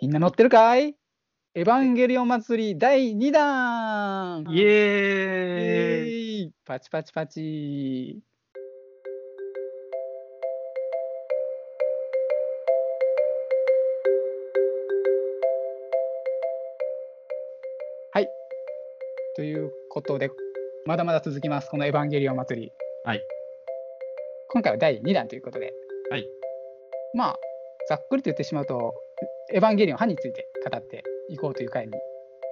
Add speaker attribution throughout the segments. Speaker 1: みんな乗ってるかいエヴァンゲリオン祭り第2弾イ
Speaker 2: イエーイ
Speaker 1: エーイパチパチパチはいということでまだまだ続きますこの「エヴァンゲリオン祭り」
Speaker 2: はい
Speaker 1: 今回は第2弾ということで
Speaker 2: はい
Speaker 1: まあざっくりと言ってしまうと「エヴァンゲリオン」歯について語っていこうという回に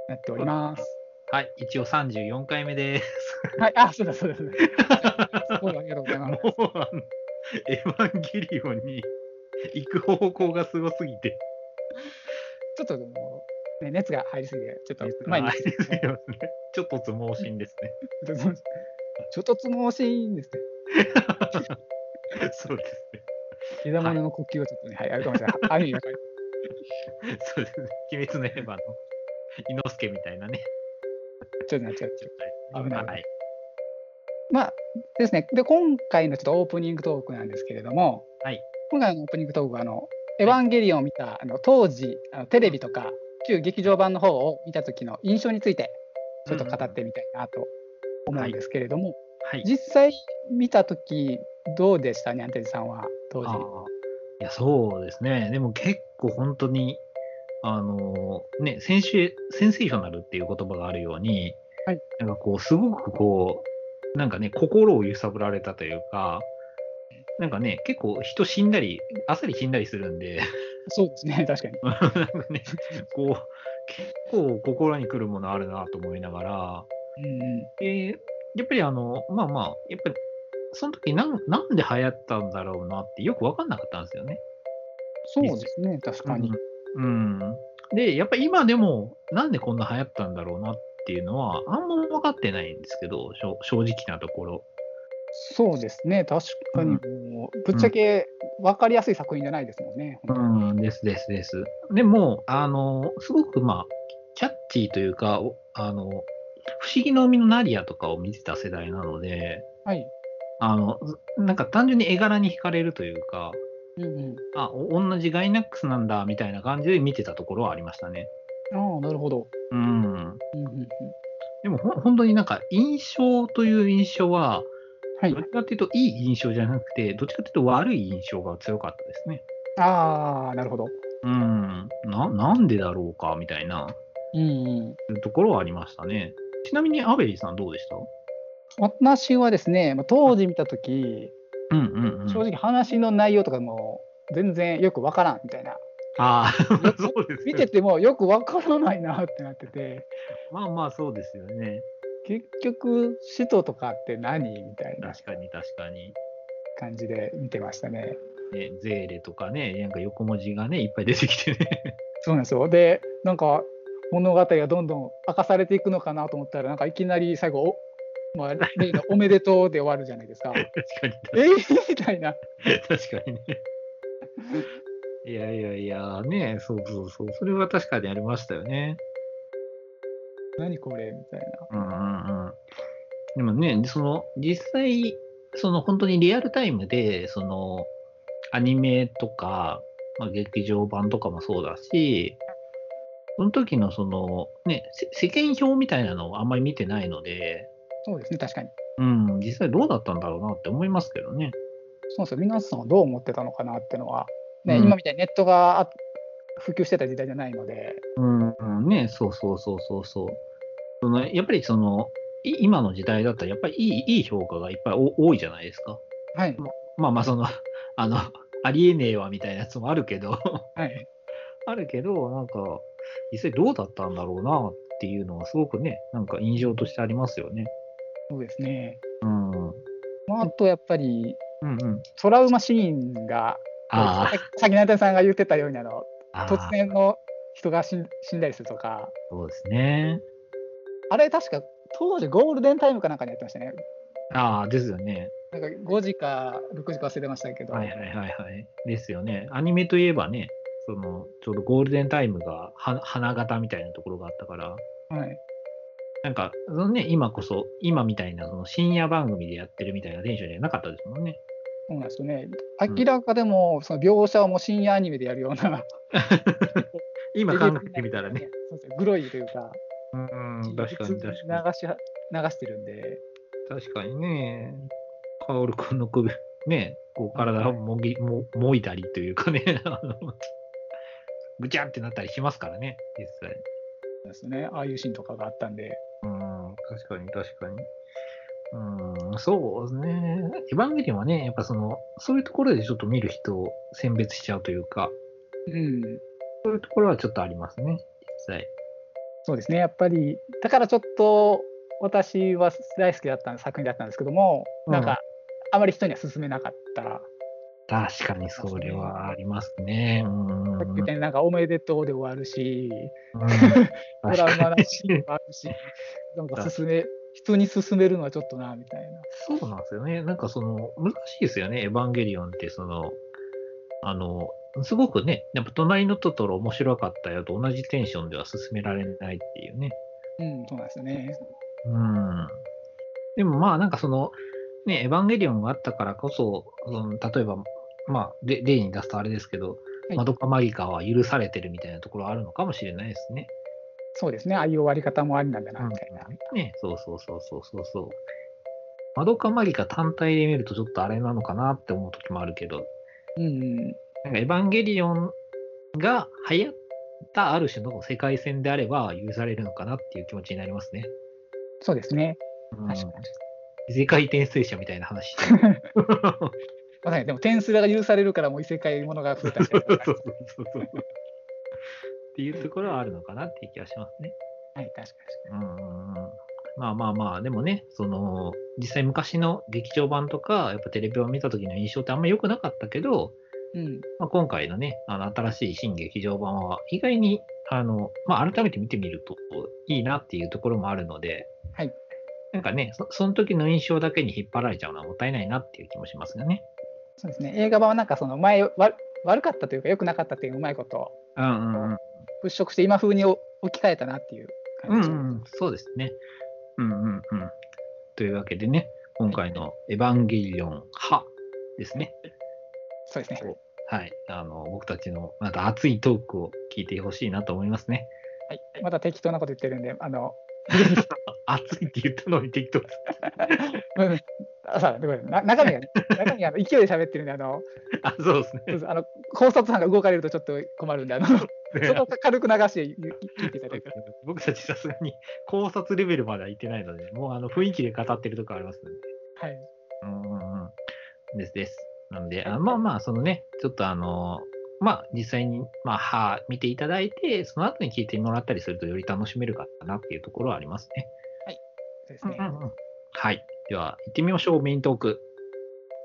Speaker 1: なっております。
Speaker 2: はい、一応34回目です。
Speaker 1: はい、あ、そうだそうだそうだ。そうだありがとうございます。
Speaker 2: もうあの、エヴァンゲリオンに行く方向がすごすぎて、
Speaker 1: ちょっとでもう、ね、熱が入りすぎて、ちょっと前に
Speaker 2: ありすぎますね。ちょっとつ盲信ですね。
Speaker 1: ちょっとちょっとつもしいんですね。
Speaker 2: そうですね。
Speaker 1: 枝物の呼吸をちょっとね、はい、あるかもしれない。ある意味わかる、
Speaker 2: そうですね。鬼滅のエヴァの伊之助みたいなね。
Speaker 1: ちょっとなっちゃう。危ない危な
Speaker 2: はい。
Speaker 1: まあですね、で、今回のちょっとオープニングトークなんですけれども、
Speaker 2: はい
Speaker 1: 今回のオープニングトークは、あの、エヴァンゲリオンを見た、あの当時、あのテレビとか、旧劇場版の方を見た時の印象について、ちょっと語ってみたいなと思うんですけれども、
Speaker 2: はい。
Speaker 1: 実際見た時どうでしたニャンテリさんは当時
Speaker 2: あーいや、そうですね。でも結構本当に、あのーね、センシセンセーショナルっていう言葉があるように、
Speaker 1: はい
Speaker 2: なんかこう、すごくこう、なんかね、心を揺さぶられたというか、なんかね、結構人死んだり、あっさり死んだりするんで、
Speaker 1: そうですね確かに
Speaker 2: なんかね、こう、結構心に来るものあるなと思いながら、
Speaker 1: うんうん
Speaker 2: えやっぱりあの、まあまあ、やっぱり、その時なんなんで流行ったんだろうなってよく分かんなかったんですよね。
Speaker 1: そうですね確かに、
Speaker 2: うん。うんで、やっぱり今でも、なんでこんな流行ったんだろうなっていうのは、あんま分かってないんですけど、しょ正直なところ。
Speaker 1: そうですね確かにもうぶっちゃけ分かりやすい作品じゃないですもんね、
Speaker 2: う
Speaker 1: 本
Speaker 2: ん、ですですです。でも、あの、すごくまあ、キャッチーというか、おあの、不思議の海のナリアとかを見てた世代なので、
Speaker 1: 当にはい、
Speaker 2: あの、ずなんか単純に絵柄に惹かれるというか、
Speaker 1: うんうん、
Speaker 2: あ、お同じガイナックスなんだ、みたいな感じで見てたところはありましたね。
Speaker 1: ああなるほど、
Speaker 2: うん。
Speaker 1: うんうんうん、
Speaker 2: でもほん本当になんか印象という印象は、
Speaker 1: はい
Speaker 2: どっちかっていうといい印象じゃなくて、どっちかっていうと悪い印象が強かったですね。
Speaker 1: ああなるほど
Speaker 2: うん、ななんでだろうかみたいな
Speaker 1: うんうん
Speaker 2: ところはありましたね。ちなみにアベリーさんどうでした
Speaker 1: 私はですねまあ当時見た時、
Speaker 2: うんうんうん。
Speaker 1: 正直話の内容とかも全然よく分からんみたいな
Speaker 2: ああ、 そうです、ね。
Speaker 1: 見ててもよく分からないなってなってて
Speaker 2: まあまあそうですよね。
Speaker 1: 結局使徒とかって何みたいな
Speaker 2: 確かに確かに。
Speaker 1: 感じで見てましたね。
Speaker 2: ね、ゼーレとかね、なんか横文字がね、いっぱい出てきてね。
Speaker 1: そうなんですよでなんか物語がどんどん明かされていくのかなと思ったらなんかいきなり最後お、 まあ、例の「おめでとう」で終わるじゃないですか。え
Speaker 2: 確かに確かに。
Speaker 1: みたいな。
Speaker 2: 確かにね。いやいやいや、ねそうそうそう。それは確かにありましたよね。
Speaker 1: 何これみたいな。
Speaker 2: うんうんうん。でもね、その、実際、その本当にリアルタイムで、その、アニメとか、まあ、劇場版とかもそうだし、その時のその、ね、せ世間表みたいなのをあんまり見てないので、
Speaker 1: そうですね確かに。
Speaker 2: うん、実際どうだったんだろうなって思いますけどね。
Speaker 1: そうなんですよ皆さんはどう思ってたのかなってのは、ね
Speaker 2: うん
Speaker 1: 今みたいにネットがあ普及してた時代じゃないので。
Speaker 2: うん、ね、そうそうそうそうそう。そのやっぱりその、い今の時代だったら、やっぱりいいいい評価がいっぱいお多いじゃないですか。
Speaker 1: はい
Speaker 2: まあまあ、その、 あの、ありえねえわみたいなやつもあるけど、
Speaker 1: はい、
Speaker 2: あるけど、なんか、実際どうだったんだろうなっていうのは、すごくね、なんか印象としてありますよね。
Speaker 1: そうですね。
Speaker 2: うん。うん
Speaker 1: まあ、あとやっぱり
Speaker 2: うん。
Speaker 1: トラウマシーンが
Speaker 2: あ
Speaker 1: ささっき成田さんが言ってたようにあの
Speaker 2: あ、
Speaker 1: 突然の人が死ん死んだりするとか
Speaker 2: そうですね。
Speaker 1: あれ確か当時ゴールデンタイムかなんかにやってましたね
Speaker 2: ああ、ですよね。
Speaker 1: なんか5時か6時か忘れてましたけど、
Speaker 2: はいはいはいはい。ですよね。アニメといえばね、そのちょうどゴールデンタイムがは花形みたいなところがあったから、
Speaker 1: はい
Speaker 2: なんか、そのね、今こそ、今みたいなその深夜番組でやってるみたいなテンションじゃなかったですもんね。
Speaker 1: そうなんですよね
Speaker 2: ん
Speaker 1: 明らかでも、その描写はもう深夜アニメでやるような
Speaker 2: 今考えてみたらね。。
Speaker 1: そうですねグロいというか、
Speaker 2: うん、確かに
Speaker 1: 流
Speaker 2: 確かに。
Speaker 1: しは流してるんで、
Speaker 2: 確かにね。カオル君の首、ね、こう体をもぎ、も、もいだりというかね、 あの、ぐちゃってなったりしますからね、実際。
Speaker 1: そうですね。ああいうシーンとかがあったんで、
Speaker 2: うん、確かに確かに。うん、そうですね。エヴァンゲリオンはね、やっぱその、そういうところでちょっと見る人を選別しちゃうというか、
Speaker 1: うん、
Speaker 2: そういうところはちょっとありますね、実際。
Speaker 1: そうですね。やっぱりだからちょっと私は大好きだった作品だったんですけども、なん
Speaker 2: うん
Speaker 1: かあまり人には勧めなかった。
Speaker 2: 確かにそれはありますね。うん。
Speaker 1: さっきみたいになんかおめでとうで終わるし、
Speaker 2: うん
Speaker 1: トラウマなシーンもあるし、なんか勧め人に勧めるのはちょっとなみたいな。
Speaker 2: そうなんですよね。なんかその、難しいですよね、エヴァンゲリオンって、その、あの、すごくね、やっぱ隣のトトロ面白かったよと同じテンションでは進められないっていうね。
Speaker 1: うん、そうなんですよね。
Speaker 2: うん。でもまあなんかその、ね、エヴァンゲリオンがあったからこそ、その例えば、まあ、で例に出すとあれですけど、
Speaker 1: はい
Speaker 2: マドカマギカは許されてるみたいなところはあるのかもしれないですね。
Speaker 1: そうですね。ああいう終わり方もありなんだなみたいな。
Speaker 2: ね、そうそうそうそうそうそう。マドカマギカ単体で見るとちょっとあれなのかなって思う時もあるけど、
Speaker 1: うん、
Speaker 2: なんかエヴァンゲリオンが流行ったある種の世界線であれば許されるのかなっていう気持ちになりますね。
Speaker 1: そうですね。
Speaker 2: うん
Speaker 1: 確かに。
Speaker 2: 世界転生者みたいな話してる。
Speaker 1: まさにでも点数が許されるからもう異世界ものが増えたみた
Speaker 2: そ。
Speaker 1: いうな
Speaker 2: そうそう そう。っていうところはあるのかなっていう気がしますね。
Speaker 1: はい、確かに。
Speaker 2: うんうんうん。まあまあまあ、でもね、その、実際昔の劇場版とか、やっぱテレビを見た時の印象ってあんま良くなかったけど、
Speaker 1: うん、
Speaker 2: まあ、今回のね、あの新しい新劇場版は、意外に、あの、まあ改めて見てみるといいなっていうところもあるので、
Speaker 1: はい。
Speaker 2: なんかね、そその時の印象だけに引っ張られちゃうのはもったいないなっていう気もしますよね。
Speaker 1: そうですね。映画版はなんかその前わ悪かったというか良くなかったっていうのをうまいこと
Speaker 2: うんうんうん。
Speaker 1: 払拭して今風に置き換えたなっていう
Speaker 2: う
Speaker 1: 感
Speaker 2: んう
Speaker 1: じ。
Speaker 2: ん、そうですね。うんうんうん。というわけでね、今回のエヴァンゲリオン派ですね。
Speaker 1: そうですね。
Speaker 2: はい。あの、僕たちのまた熱いトークを聞いてほしいなと思いますね。
Speaker 1: はい、また適当なこと言ってるんで、あの、
Speaker 2: 熱いって言ったのに適当です。
Speaker 1: うん、あさごめんな中身がね、中身があの勢いで喋ってるんで、あの、
Speaker 2: あ、そうです
Speaker 1: そうそうあの考察班が動かれるとちょっと困るんで、あの、 そ
Speaker 2: ね。
Speaker 1: こ軽く流して聞いていただいて。
Speaker 2: 僕たちさすがに 考察レベルまでは行ってないので、もうあの雰囲気で語ってるとこありますので。
Speaker 1: はい。
Speaker 2: うんうんうん。ですです。なんで、あまあまあ、そのね、ちょっとあの、まあ実際に、まあ、は見ていただいて、その後に聞いてもらったりするとより楽しめるかなっていうところはありますね。
Speaker 1: そうですね。
Speaker 2: はい。では、行ってみましょう、メイントーク。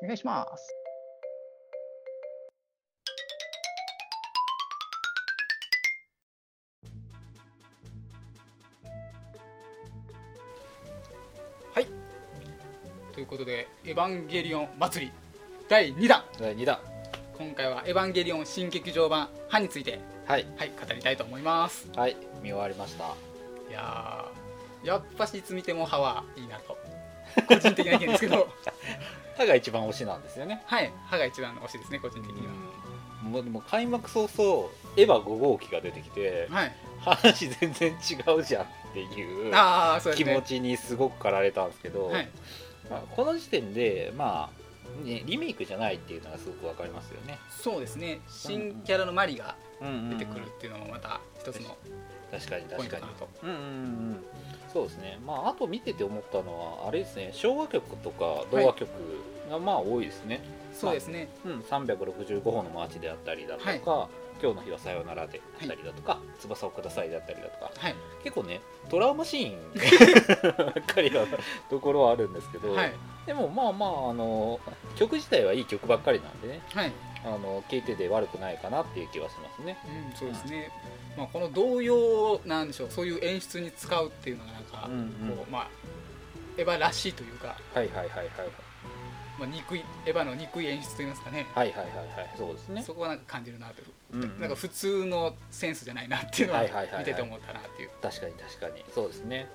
Speaker 1: お願いします。はい。ということで、エヴァンゲリオン祭り第2弾。
Speaker 3: 第2弾
Speaker 1: 今回はエヴァンゲリオン新劇場版歯について、
Speaker 3: はい
Speaker 1: はい、語りたいと思います。
Speaker 3: はい見終わりました
Speaker 1: いやー、やっぱしいつ見ても歯はいいなと。個人的な意見ですけ ど、
Speaker 3: 歯が一番推しなんですよね
Speaker 1: はい、歯が一番の推しですね、個人的に
Speaker 3: うんもうでも開幕早々エヴァ5号機が出てきて
Speaker 1: は。はい。
Speaker 3: 話全然違うじゃんっていう
Speaker 1: ああ、そうです
Speaker 3: 気
Speaker 1: ね。
Speaker 3: 持ちにすごく駆られたんですけど、
Speaker 1: はい、
Speaker 3: まあ、この時点でまあ、ね、リメイクじゃないっていうのがすごくわかりますよね
Speaker 1: そうですね新キャラのマリが出
Speaker 3: 出
Speaker 1: てくるっていうのもまた一つの
Speaker 3: 確かに
Speaker 1: ポ
Speaker 3: 確か
Speaker 1: イントか
Speaker 3: に
Speaker 1: なと
Speaker 3: うんうんうんそうですねまああと見てて思ったのはあれですね昭和曲とか童話曲がまあ多いですね、
Speaker 1: そうですね
Speaker 3: うん、365本のマーチであったりだとか、今日の日はさようならであったりだとか、翼をくださいであったりだとか、
Speaker 1: はい
Speaker 3: 結構ね、トラウマシーンばっかりなところはあるんですけど、
Speaker 1: はい
Speaker 3: でもまあまああの、曲自体はいい曲ばっかりなんでね、
Speaker 1: はい、
Speaker 3: あの聴いてて悪くないかなっていう気はしますね。
Speaker 1: うん、そうですね、まあ、この童謡なんでしょうそういう演出に使うっていうのがなんか、
Speaker 3: うんうん
Speaker 1: こうまあエヴァらしいというか、
Speaker 3: はいはいはいはい。
Speaker 1: まあ、憎いエヴァの憎い演出といいますかね
Speaker 3: はいはいはいはい、そうですね。
Speaker 1: そこはなんか感じるなという、
Speaker 3: うんうん
Speaker 1: なんか普通のセンスじゃないなっていうのは
Speaker 3: はいはいはいはい
Speaker 1: 見てて思ったなっていう、
Speaker 3: 確かに確かにそうですね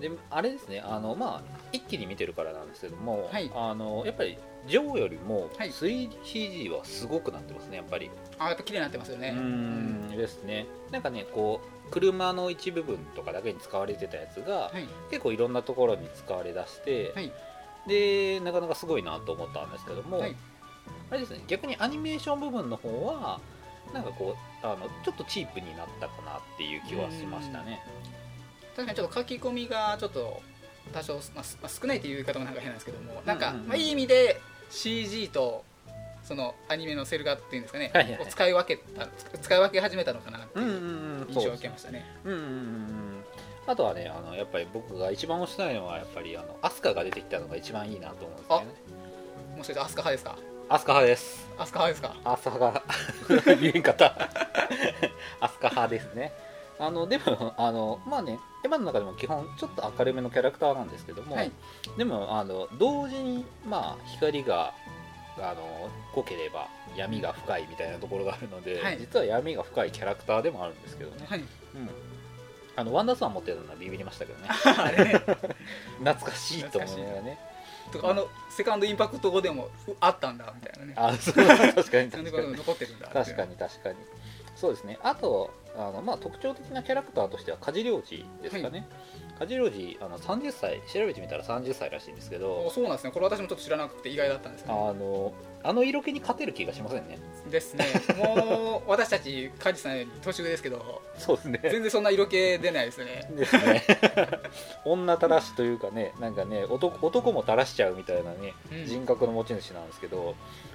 Speaker 2: であれですねあの、まあ、一気に見てるからなんですけども、
Speaker 1: はい
Speaker 2: あのやっぱり「ジョー」よりも
Speaker 1: はい
Speaker 2: 3CG はすごくなってますねやっぱり
Speaker 1: あやっぱ綺麗になってますよね
Speaker 2: うーんですねなんかねこう車の一部分とかだけに使われてたやつが、
Speaker 1: はい
Speaker 2: 結構いろんなところに使われだして、
Speaker 1: はい
Speaker 2: でなかなかすごいなと思ったんですけども、
Speaker 1: はい
Speaker 2: あれですね逆にアニメーション部分の方はなんかこうあのちょっとチープになったかなっていう気はしましたね
Speaker 1: 確かにちょっと書き込みがちょっと多少、まあすまあ少ないという言い方もなんか変なんですけどもなんか、
Speaker 2: うんうんうん
Speaker 1: まあ、いい意味で CG とそのアニメのセル画っていうんですかね、
Speaker 2: はいはいはい
Speaker 1: を使い分けた使い分け始めたのかなって
Speaker 2: うんう
Speaker 1: い
Speaker 2: ん
Speaker 1: う
Speaker 2: うん
Speaker 1: 印
Speaker 2: そう
Speaker 1: 象を
Speaker 2: で
Speaker 1: 受
Speaker 2: す
Speaker 1: け
Speaker 2: ね
Speaker 1: ましたね、
Speaker 2: うんうんうんうんあとはねあのやっぱり僕が一番推したいのはやっぱりあのアスカが出てきたのが一番いいなと思うんですよね
Speaker 1: もしかしてアスカ派ですか
Speaker 2: アスカ派です
Speaker 1: アスカ派ですか
Speaker 2: アスカ 派言えんかった アスカ派ですねあのでもあのまあねエヴァの中でも基本ちょっと明るめのキャラクターなんですけども、
Speaker 1: はい
Speaker 2: でもあの同時にまあ光があの濃ければ闇が深いみたいなところがあるので、
Speaker 1: はい
Speaker 2: 実は闇が深いキャラクターでもあるんですけどね、
Speaker 1: はい
Speaker 2: うん、あのワンダースワン持ってるのはビビりましたけどね
Speaker 1: あれ ね
Speaker 2: 懐かしいと思いながらね
Speaker 1: とかあのセカンドインパクト後でもうあったんだみたいなね
Speaker 2: あそう確かに
Speaker 1: セカンドインパク
Speaker 2: 確か
Speaker 1: ト
Speaker 2: に
Speaker 1: 残ってるんだっていう
Speaker 2: 確かに確かにそうですねあとあの、まあ、特徴的なキャラクターとしては梶良治ですかね、梶良治あの30歳調べてみたら30歳らしいんですけ
Speaker 1: お
Speaker 2: ど
Speaker 1: そうなんですねこれ私もちょっと知らなくて意外だったんです
Speaker 2: あ
Speaker 1: けど
Speaker 2: のあの色気に勝てる気がしませんね
Speaker 1: ですねもう私たち梶さんより年上ですけど
Speaker 2: そうですね
Speaker 1: 全然そんな色気出ないですね
Speaker 2: ですね 女たらしというかねなんかね男男もたらしちゃうみたいなね
Speaker 1: うん
Speaker 2: 人格の持ち主なんですけど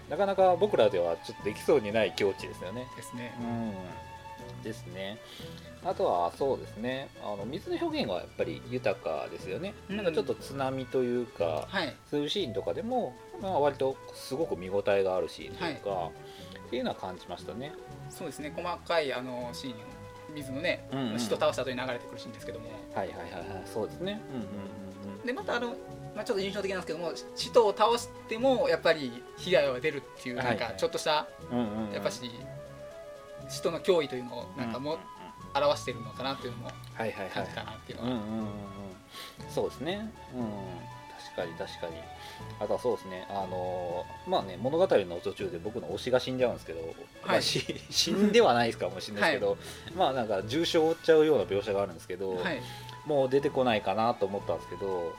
Speaker 2: なかなか僕らではちょっとできそうにない境地ですよね
Speaker 1: ですね
Speaker 2: うんですねあとはそうですねあの水の表現がやっぱり豊かですよね、
Speaker 1: うん
Speaker 2: なんかちょっと津波というか
Speaker 1: はい
Speaker 2: そういうシーンとかでも、まあ、割とすごく見応えがあるシーンというか、っていうのは感じましたね
Speaker 1: そうですね細かいあのシーン水のね
Speaker 2: うんうん
Speaker 1: 死と倒した後に流れてくるシーンですけども
Speaker 2: はいはいはいはいそうですねうんうんうんうん
Speaker 1: でまたあの、まあ、ちょっと印象的なんですけども死とを倒してもやっぱり被害は出るっていう
Speaker 2: はい
Speaker 1: な
Speaker 2: は
Speaker 1: ん
Speaker 2: い
Speaker 1: かちょっとした
Speaker 2: うんうんうん
Speaker 1: やっぱし死との脅威というのをなんか
Speaker 2: う
Speaker 1: も
Speaker 2: うう
Speaker 1: 表してるのかなっていうのも
Speaker 2: んはいはいは
Speaker 1: 感
Speaker 2: い
Speaker 1: じたなっていう
Speaker 2: うん
Speaker 1: の
Speaker 2: うん
Speaker 1: は
Speaker 2: うんうんそうですねうん確かに確かにあとはそうですねあのーまあね物語の途中で僕の推しが死んじゃうんですけど、まあし 死んではないかもしれないですけど、まあなんか重傷を負っちゃうような描写があるんですけど、
Speaker 1: はい
Speaker 2: もう出てこないかなと思ったんですけど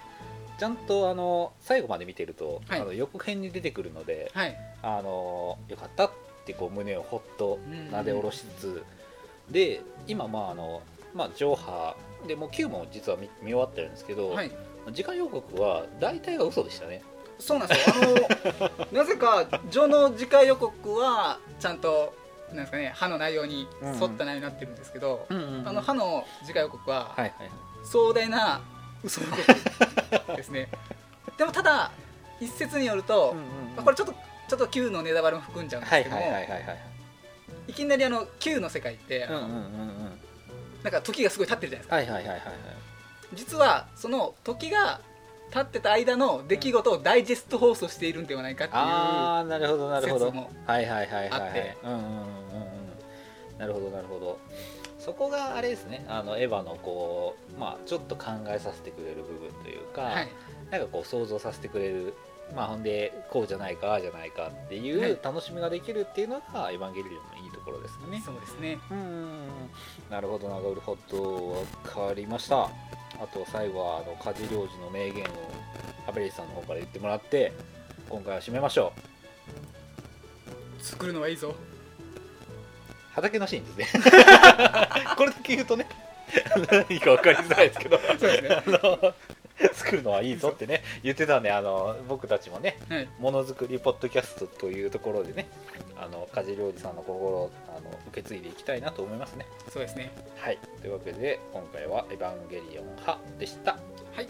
Speaker 2: ちゃんとあの最後まで見てると、
Speaker 1: はい
Speaker 2: あの予告編に出てくるので
Speaker 1: はい
Speaker 2: あのよかったってこう胸をほっと
Speaker 1: うん
Speaker 2: なで下ろしつつで今まああのまあ上波でもう9も実は見見終わってるんですけど、
Speaker 1: はい
Speaker 2: 次回予告は大体が嘘でしたね
Speaker 1: そうなんですよあのなぜか序の次回予告はちゃんとなんですかね歯の内容に沿った内容になってるんですけど、あの
Speaker 2: は
Speaker 1: 歯の次回予告は、
Speaker 2: はいはい
Speaker 1: 壮大な嘘予告ですね でもただ一説によると、まあこれちょっとちょっと Q のネタバレも含んじゃうんです
Speaker 2: はい
Speaker 1: けど
Speaker 2: は
Speaker 1: も、
Speaker 2: い
Speaker 1: い
Speaker 2: はいはいはい
Speaker 1: きなりあの Q の世界って、
Speaker 2: うんうんうんうん
Speaker 1: なんか時がすごい経ってるじゃないですか
Speaker 2: はいはいはいはいはい
Speaker 1: 実はその時が経ってた間の出来事をダイジェスト放送しているんではないかっていう
Speaker 2: ああなるほどなるほど
Speaker 1: 説も
Speaker 2: はいはいはいはいは
Speaker 1: あっ
Speaker 2: い
Speaker 1: て
Speaker 2: うんうんうんうんうんなるほどなるほどそこがあれですねあのエヴァのこうまあちょっと考えさせてくれる部分というか、
Speaker 1: はい
Speaker 2: なんかこう想像させてくれるまあほんでこうじゃないかああじゃないかってい
Speaker 1: は
Speaker 2: う
Speaker 1: い
Speaker 2: 楽しみができるっていうのが「エヴァンゲリオン」のいいところですよね
Speaker 1: そうですね
Speaker 2: うんうんうんなるほどなるほどわかりましたあと最後はあの梶良次の名言をアベレージさんの方から言ってもらって今回は締めましょう
Speaker 1: 作るのはいいぞ
Speaker 2: 畑のシーンです ねこれだけ言うとね何か分かりづらいですけど
Speaker 1: そうですね
Speaker 2: あの作るのはいいぞってね言ってたんであの僕たちもね
Speaker 1: はい
Speaker 2: ものづくりポッドキャストというところでねあの梶良二さんの心をあの受け継いでいきたいなと思いますね
Speaker 1: そうですね
Speaker 2: はいというわけで今回は「エヴァンゲリオン派」でした
Speaker 1: はい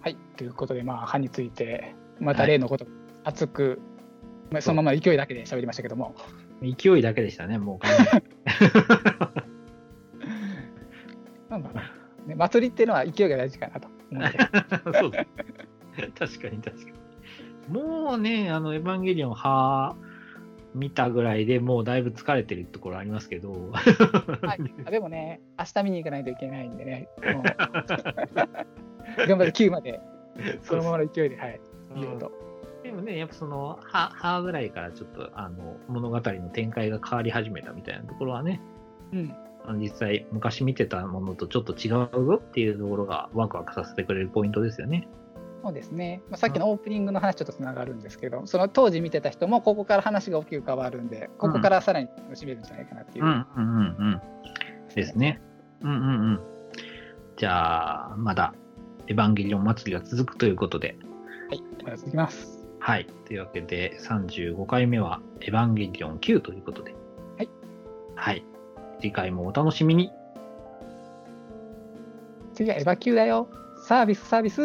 Speaker 4: はい、ということで、まあ、歯について、また例のこと、熱く、まあ、そのまま勢いだけで喋りましたけども、
Speaker 5: 勢いだけでしたね、もう完全に。
Speaker 4: まあまあね、祭りっていうのは勢いが大事かなと
Speaker 1: ので
Speaker 2: そうだ確かに確かに。もうね、あの、エヴァンゲリオン、は見たぐらいでもうだいぶ疲れてるところありますけ ど、
Speaker 1: はい、 あでもね、明日見に行かないといけないんでね、もう頑張って9まで、そのままの勢いで、はい、見ようと。
Speaker 2: でもね、やっぱその、は、はぐらいからちょっと、あの、物語の展開が変わり始めたみたいなところはね、
Speaker 1: うん、
Speaker 2: あの実際昔見てたものとちょっと違うぞっていうところがワクワクさせてくれるポイントですよね。
Speaker 1: そうですね、まあ、さっきのオープニングの話ちょっとつながるんですけど、その当時見てた人も、ここから話が大きく変わるんで、ここからさらに楽しめるんじゃないかなっていう。
Speaker 2: うんうんうん。ですね。うんうんうん。じゃあ、まだ、エヴァンゲリオン祭りが続くということで、
Speaker 1: はい、まだ続きます。
Speaker 2: はい。というわけで、35回目は、エヴァンゲリオン9ということで。
Speaker 1: はい。
Speaker 2: はい。次回もお楽しみに。
Speaker 1: 次はエヴァ級だよ。サービス、サービス。